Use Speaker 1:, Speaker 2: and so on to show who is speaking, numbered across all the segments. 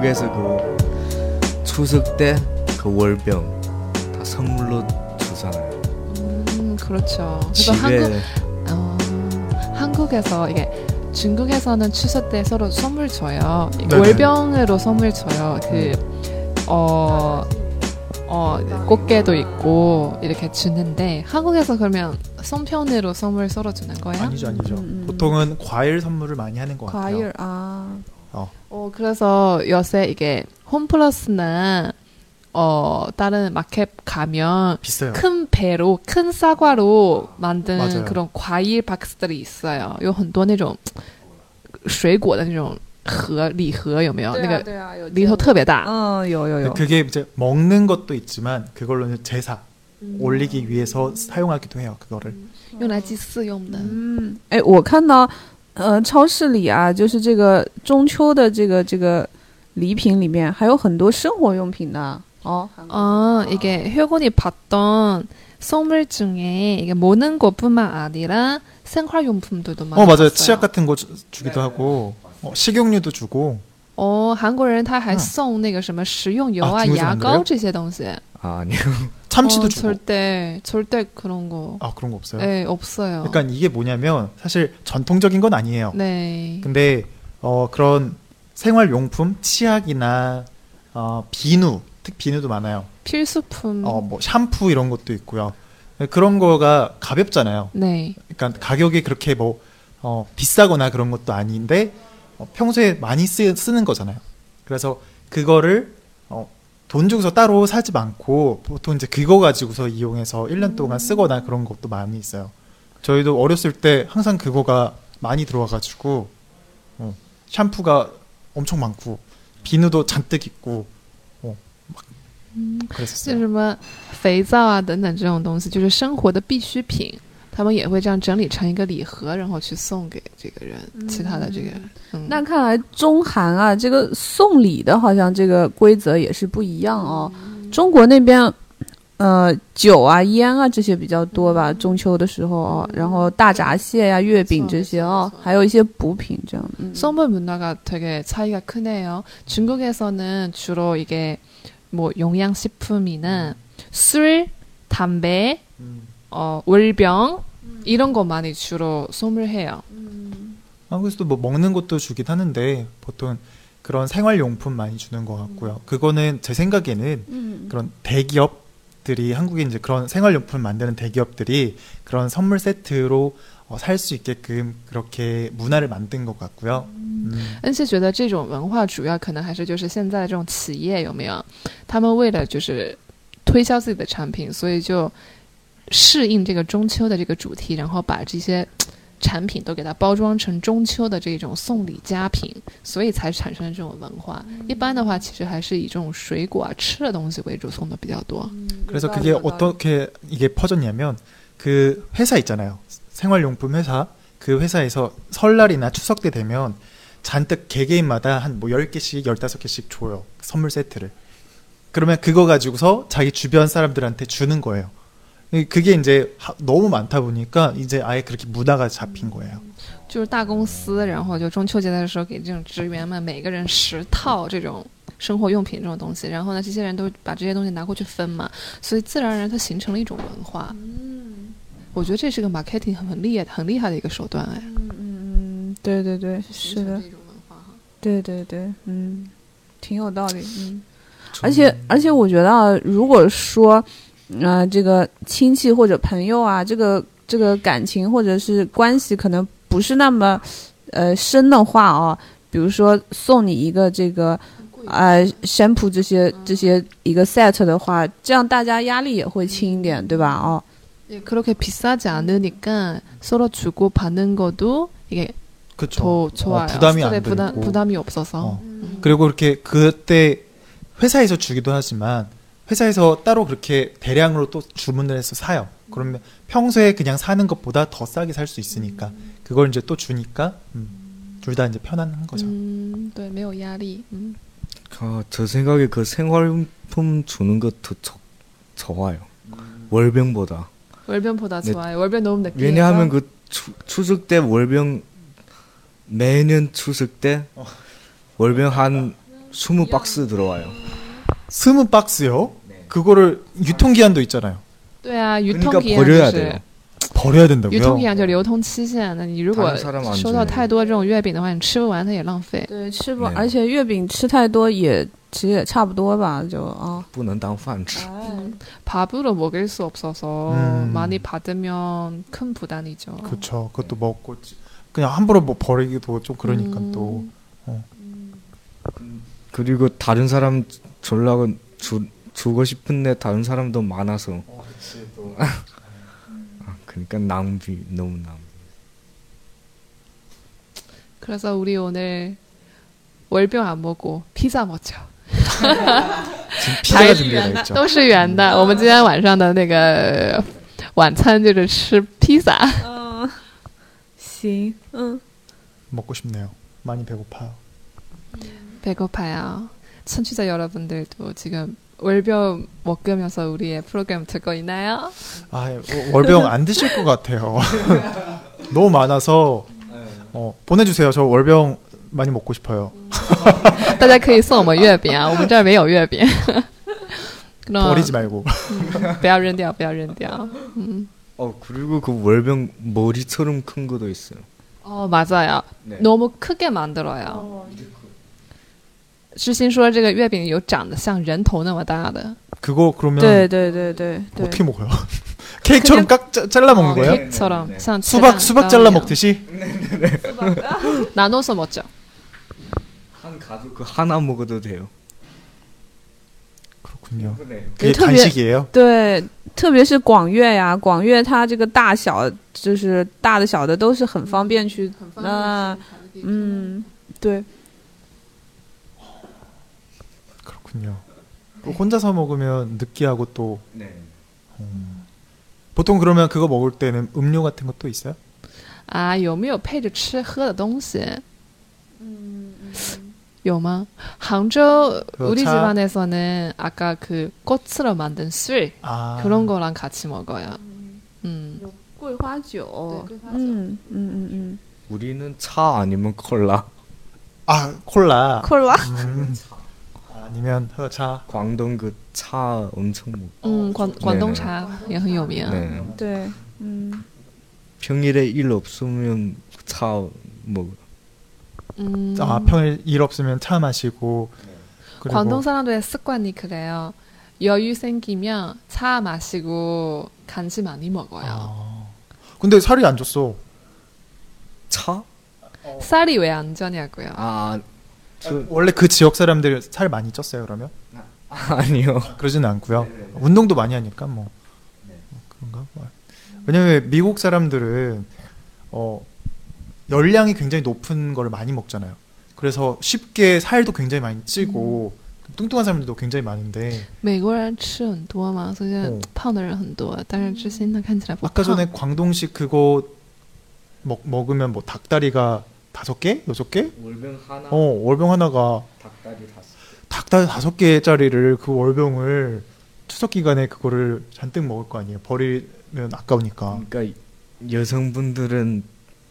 Speaker 1: 그래서 그 추석 때 그 월병 다 선물로 주잖아요.
Speaker 2: 음, 그렇죠. 그래서 한국,
Speaker 1: 집에
Speaker 2: 어, 한국에서 이게 중국에서는 추석 때 서로 선물 줘요.
Speaker 3: 네네. 음.
Speaker 2: 월병으로 선물 줘요. 그, 어, 어, 꽃게도 있고 이렇게 주는데 한국에서 그러면 송편으로 선물 서로 주는 거예요?
Speaker 3: 아니죠 아니죠.
Speaker 4: 음, 음.
Speaker 3: 보통은 과일 선물을 많이 하는 것 같아요.
Speaker 4: 과일 아
Speaker 2: 어, 그래서 요새 이게 홈플러스나 어, 다른 마켓 가면
Speaker 3: 비싸요.
Speaker 2: 큰 배로 큰 사과로 만든
Speaker 3: 네. 맞아요.
Speaker 2: 그런 과일 박스들이 있어요. 요很多那种 啊水果的那种盒礼盒有没有?那个里头特别大.
Speaker 4: 嗯有有有
Speaker 3: 그게 이제 먹는 것도 있지만 그걸로는 제사 올리기 위해서 사용하기도 해요. 그거를
Speaker 2: 用来祭祀用的.
Speaker 4: 嗯，哎，我看到，呃，超市里啊，就是这个中秋的这个这个礼品里面，还有很多生活用品的哦。
Speaker 2: 嗯 어, 이게 효곤이 봤던 선물 중에 이게 모는 것뿐만 아니라 생활용품들도 많았어요.
Speaker 3: 어 맞아요. 치약 같은 거 주, 기도 하고 어, 식용유도 주고
Speaker 2: 哦，韩国人他还
Speaker 3: 嗯
Speaker 2: 送那个什么食用油
Speaker 3: 啊
Speaker 2: 啊、
Speaker 3: 听说
Speaker 2: 牙
Speaker 3: 很多
Speaker 2: 膏这些东西。
Speaker 1: 아, 아니요.
Speaker 3: 참치도
Speaker 2: 어,
Speaker 3: 주고
Speaker 2: 절대 절대 그런 거.
Speaker 3: 아 그런 거 없어요.
Speaker 2: 네 없어요.
Speaker 3: 그러니까 이게 뭐냐면 사실 전통적인 건 아니에요.
Speaker 2: 네.
Speaker 3: 근데 어, 그런 생활용품 치약이나 어, 비누 특 비누도 많아요.
Speaker 2: 필수품.
Speaker 3: 어, 뭐 샴푸 이런 것도 있고요. 그런 거가 가볍잖아요.
Speaker 2: 네.
Speaker 3: 그러니까 가격이 그렇게 뭐 어, 비싸거나 그런 것도 아닌데 어, 평소에 많이 쓰, 쓰는 거잖아요. 그래서 그거를 어, 돈 주고서 따로 사지 않고 보통 이제 그거 가지고서 이용해서 1년 동안 쓰거나 그런 것도 많이 있어요. 저희도 어렸을 때 항상 그거가 많이 들어와가지고 어, 샴푸가 엄청 많고 비누도 잔뜩 있고 어, 막
Speaker 2: 是
Speaker 3: 그랬었어요.
Speaker 2: 什么肥皂啊等等这种东西，就是生活的必需品，他们也会这样整理成一个礼盒，然后去送给这个人，其他的这个人。嗯，
Speaker 4: 那看来中韩啊，这个送礼的好像这个规则也是不一样哦。
Speaker 2: 嗯
Speaker 4: 中国那边，呃，酒啊、烟啊这些比较多吧，中秋的时候哦，然后大闸蟹呀、月饼这些
Speaker 2: 嗯没
Speaker 4: 哦
Speaker 2: 错没，错
Speaker 4: 还有一些补品这样的。嗯
Speaker 2: 선물 문화가 되게 차이가 크네요. 중국에서는 주로 이게 뭐 영양식품이나 술, 담배,
Speaker 3: 음.
Speaker 2: 어, 월병 이런 거 많이 주로 선물해요.
Speaker 3: 한국에서도 뭐 먹는 것도 주긴 하는데 보통 그런 생활용품 많이 주는 것 같고요. 그거는 제 생각에는
Speaker 4: 嗯
Speaker 3: 그런 대기업들이 한국에 이제 그런 생활용품 만드는 대기업들이 그런 선물 세트로 어, 살 수 있게끔 그렇게 문화를 만든 것 같고요. 음.
Speaker 2: 恩熙觉得这种文化主要可能还是就是现在这种企业有没有，他们为了就是推销自己的产品，所以就适应这个中秋的这个主题，然后把这些产品都给它包装成中秋的这种送礼佳品，所以才产生了这种文化。一般的话，其实还是以这种水果啊、吃的东西为主送的比较多。
Speaker 4: 嗯
Speaker 3: 그래서 그게 어떻게 이게 퍼졌냐면 그 회사 있잖아요. 생활용품 회사. 그 회사에서 설날이나 추석 때 되면 잔뜩 개개인마다 한 뭐 10개씩, 15개씩 줘요. 선물 세트를. 그러면 그거 가지고서 자기 주변 사람들한테 주는 거예요. 이- 그게 이제 하- 너무 많다 보니까 이제 아예 그렇게 문화가 잡힌 거예요.
Speaker 2: 就是大公司，然后就中秋节的时候给这种职员们每个人十套这种生活用品这种东西，然后呢，这些人都把这些东西拿过去分嘛，所以自然而然它形成了一种文化。嗯，我觉得这是个 marketing 很很厉害很厉害的一个手段哎。
Speaker 4: 嗯，对对对，是的，对对对，嗯，挺有道理，嗯。而且而且，我觉得啊，如果说，呃，这个亲戚或者朋友啊，这个这个感情或者是关系可能不是那么，呃，深的话啊，比如说送你一个这个，呃，宣普这些这些一个 set 的话，这样大家压力也会轻一点，对吧？哦，
Speaker 2: 예그렇게비싸지않으니까서로주고받는것도이게
Speaker 3: 그렇죠.
Speaker 2: 더좋아요
Speaker 3: 어,
Speaker 4: 哦
Speaker 3: 부담이 안
Speaker 2: 스트레스 부담
Speaker 3: 들고.
Speaker 2: 부담이없어서
Speaker 3: 어. 그리고 그렇게 그때 회사에서 주기도 하지만 회사에서 따로 그렇게 대량으로 또 주문을 해서 사요. 그러면 평소에 그냥 사는 것보다 더 싸게 살 수 있으니까 그걸 이제 또 주니까 음, 둘 다 이제 편안한 거죠.
Speaker 2: 음. 嗯，对，没有压力。嗯，
Speaker 1: 아, 제 생각에 그 생활용품 주는 것도 저, 좋아요. 월병보다.
Speaker 2: 월변보다
Speaker 1: 네.
Speaker 2: 좋아요. 월변 너무 느끼해서.
Speaker 1: 왜냐하면 그 추, 추석
Speaker 2: 어.
Speaker 1: 때 월병 매년 추석 때 월병 한 20 박스 들어와요.
Speaker 3: 스무 박스요? 그거를 유통기한도 있잖아요.
Speaker 2: 对啊，유통
Speaker 1: 그러니까
Speaker 2: 기한就
Speaker 1: 버려야
Speaker 2: 是
Speaker 1: 돼요.
Speaker 3: 버려야 된다고요?
Speaker 2: 유통기한就是流通期限。那你如果
Speaker 1: 다른사람안주네
Speaker 2: 收到太多这种月饼的话，你吃不完它也浪费。
Speaker 4: 对，吃不，
Speaker 1: 嗯
Speaker 4: 而且月饼吃太多也其实也差不多吧，就啊。嗯
Speaker 1: 不能当饭
Speaker 2: 哎
Speaker 1: 吃。
Speaker 2: 밥으로 먹을 수 없어서
Speaker 3: 음.
Speaker 2: 많이 받으면 큰 부담이죠.
Speaker 3: 그렇죠. 그것도 먹고 그냥 함부로 뭐 버리기도 좀 그러니까
Speaker 2: 음.
Speaker 3: 또
Speaker 1: 그리고 다른 사람 주려고 주, 주고 싶은데 다른 사람도 많아서. 아, 그러니까 낭비 너무 낭비.
Speaker 2: 그래서 우리 오늘 월병 안 먹고 피자 먹죠.
Speaker 3: 지금 피자가
Speaker 2: 다
Speaker 3: 준비되어 있죠.
Speaker 2: 都是圆的。我们今天晚上的那个晚餐就是吃披萨。
Speaker 4: 嗯，行，嗯，
Speaker 3: 먹고 싶네요. 많이 배고파요.
Speaker 2: 배고파요. 청취자 여러분들도 지금 월병 먹으면서 우리의 프로그램 듣고 있나요?
Speaker 3: 아 월- 월병 안 드실 것 같아요. 너무 많아서 어, 보내주세요. 저 월병 많이 먹고 싶어요.
Speaker 2: 大家可以送我们月饼啊，我们这儿没有月饼。
Speaker 3: 버리지
Speaker 2: 뭐, 그럼
Speaker 3: 말고
Speaker 2: 不要扔掉，不要扔掉。
Speaker 1: 어 그리고 그 월병 머리처럼 큰 것도 있어요.
Speaker 2: 어 맞아요.
Speaker 1: 네.
Speaker 2: 너무 크게 만들어요. 知心说这个月饼有长得像人头那么大的，
Speaker 3: 그거 그러면
Speaker 2: 네,
Speaker 4: 对对对对对，
Speaker 3: 어떻게 먹어요? 케이크처럼 깍 짜- 잘라 먹는 거예요?
Speaker 2: 아, 케이크처럼像
Speaker 3: 수박 수박 잘라 먹듯이
Speaker 2: 나눠서 먹죠.
Speaker 1: 한 가족 그 하나 먹어도 돼요.
Speaker 3: 그렇군요.
Speaker 1: 그래요.
Speaker 3: 그게
Speaker 4: 特别
Speaker 3: 간식이에요?
Speaker 4: 对，特别是广粤呀，广粤它这个大小，就是大的小的都是很方便去，很
Speaker 2: 方便
Speaker 4: 嗯，对，
Speaker 3: 그렇군요. 그 혼자서 먹으면 느끼하고 또
Speaker 1: 네.
Speaker 3: 보통 그러면 그거 먹을 때는 음료 같은 것도 있어요?
Speaker 2: 啊，有没有配着吃喝的东西？嗯有吗？杭州
Speaker 3: 그
Speaker 2: 우리집
Speaker 3: 차
Speaker 2: 안에서는아까그 꽃으로 만든 술
Speaker 3: 아
Speaker 2: 그런 거랑 같이 먹어요. 음,
Speaker 4: 桂花酒
Speaker 2: 桂花酒
Speaker 4: 嗯嗯嗯嗯，
Speaker 1: 우리는 차 아니면 콜라.
Speaker 3: 아 콜라
Speaker 4: 扣了吧，
Speaker 3: 음. 아니면 허차
Speaker 1: 광동 그 차 엄청 먹.
Speaker 2: 嗯，广广东茶也很有名。
Speaker 1: 네.
Speaker 4: 对，嗯，
Speaker 1: 평일에 일 없으면 차 먹어.
Speaker 2: 嗯，
Speaker 3: 아 평일 일 없으면 차 마시고
Speaker 2: 네.
Speaker 3: 그리고 아.
Speaker 2: 광동 사람들의 습관이 그래요. 여유 생기면 차 마시고 간식 많이 먹어요.
Speaker 3: 아, 근데 살이 안 쪘어
Speaker 1: 차?
Speaker 2: 쌀이 왜 안 쪄냐고요?
Speaker 1: 아 저-
Speaker 3: 원래 그 지역 사람들 살 많이 쪘어요 그러면?
Speaker 1: 아니요.
Speaker 3: 그러지는
Speaker 1: 네,
Speaker 3: 않고요 운동도 많이 하니까 뭐
Speaker 2: 네.
Speaker 3: 그런가 뭐. 왜냐면 미국 사람들은 어 열량이 굉장히 높은 걸 많이 먹잖아요 그래서 쉽게 살도 굉장히 많이 찌고
Speaker 2: 음.
Speaker 3: 뚱뚱한 사람들도 굉장히 많은데
Speaker 2: 美国人吃很多嘛，所以
Speaker 3: 哦
Speaker 2: 胖的人很多，但是知心的看起来不
Speaker 3: 어. 아까
Speaker 2: 胖。
Speaker 3: 전에 광동식 그거 먹, 먹으면 뭐 닭다리가 다섯 개? 여섯 개?
Speaker 1: 월병 하나,
Speaker 3: 어, 월병 하나가
Speaker 1: 닭다리 다섯.
Speaker 3: 닭다리 다섯 개짜리를 그 월병을 추석 기간에 그거를 잔뜩 먹을 거 아니에요. 버리면 아까우니까.
Speaker 1: 그러니까 여성분들은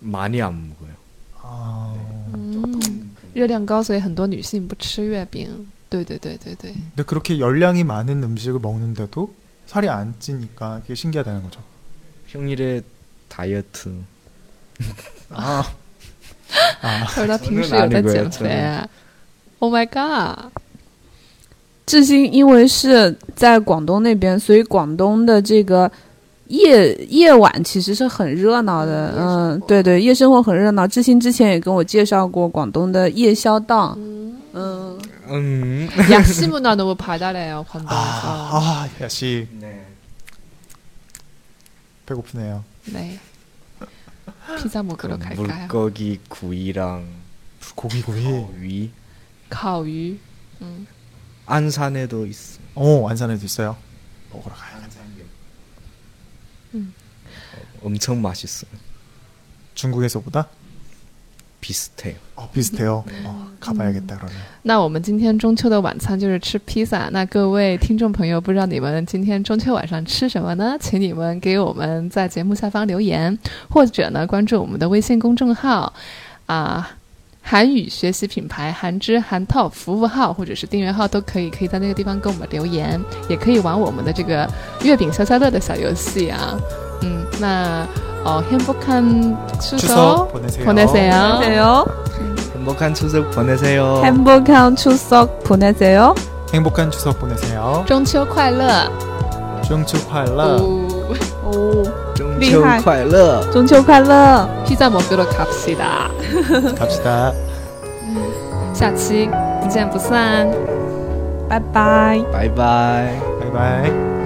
Speaker 1: 많이 안 먹어요.
Speaker 3: 아,
Speaker 2: 嗯，热量高，所以很多女性不吃月饼。对对对对对，
Speaker 3: 근데 그렇게 열량이 많은 음식을 먹는데도 살이 안 찌니까 그게 신기하다는 거죠.
Speaker 1: 평일에 다이어트.
Speaker 3: 아, 아
Speaker 2: 可是她平时有在减
Speaker 1: 真的
Speaker 2: 肥啊。Oh my god！
Speaker 4: 志新因为是在广东那边，所以广东的这个夜夜晚其实是很热闹的，
Speaker 2: 嗯夜
Speaker 4: 嗯
Speaker 2: 生，活
Speaker 4: 对对，夜生活很热闹。志新之前也跟我介绍过广东的夜宵档，嗯，
Speaker 1: 음.
Speaker 2: 야시문화너무발달해요광동에서
Speaker 3: 아, 아, 야씨
Speaker 1: 네.
Speaker 3: 배고프네요.
Speaker 2: 네피자먹으러갈까요
Speaker 1: 물고기 구이랑
Speaker 3: 고기 고기.
Speaker 1: 거위.
Speaker 2: 烤鱼，嗯，
Speaker 1: 안산에도 있어.
Speaker 3: 어, 안산에도 있어요. 먹으러 가요.
Speaker 2: 음.
Speaker 1: 어, 엄청 맛있어요.
Speaker 3: 중국에서보다
Speaker 1: 비슷해요.
Speaker 3: 어, 비슷해요. 어, 가봐야겠다 그러면.
Speaker 2: 那我们今天中秋的晚餐就是吃披萨。那各位听众朋友，不知道你们今天中秋晚上吃什么呢？请你们给我们在节目下方留言，或者呢关注我们的微信公众号啊、韩语学习品牌韩知韩套服务号或者是订阅号都可以，可以在那个地方给我们留言，也可以玩我们的这个月饼消消乐的小游戏啊。嗯，那哦，행복한
Speaker 3: 추석
Speaker 2: 추석
Speaker 3: 보내세요.
Speaker 2: 보내세요.
Speaker 4: 보내세요.
Speaker 1: 행복한 추석 보내세요.
Speaker 4: 행복한 추석 보내세요.
Speaker 3: 행복한 추석 보내세요.
Speaker 2: 中秋快乐！
Speaker 3: 중추 快乐.
Speaker 2: 呜
Speaker 4: 오,
Speaker 2: 哦
Speaker 1: 중秋
Speaker 4: 리하.
Speaker 1: 快乐。
Speaker 4: 中秋快乐。
Speaker 2: 피자 먹으러 갑시다.
Speaker 3: 갑시다.
Speaker 2: 下期不见不散。
Speaker 4: 拜拜。
Speaker 1: 拜拜。
Speaker 3: 바이바이.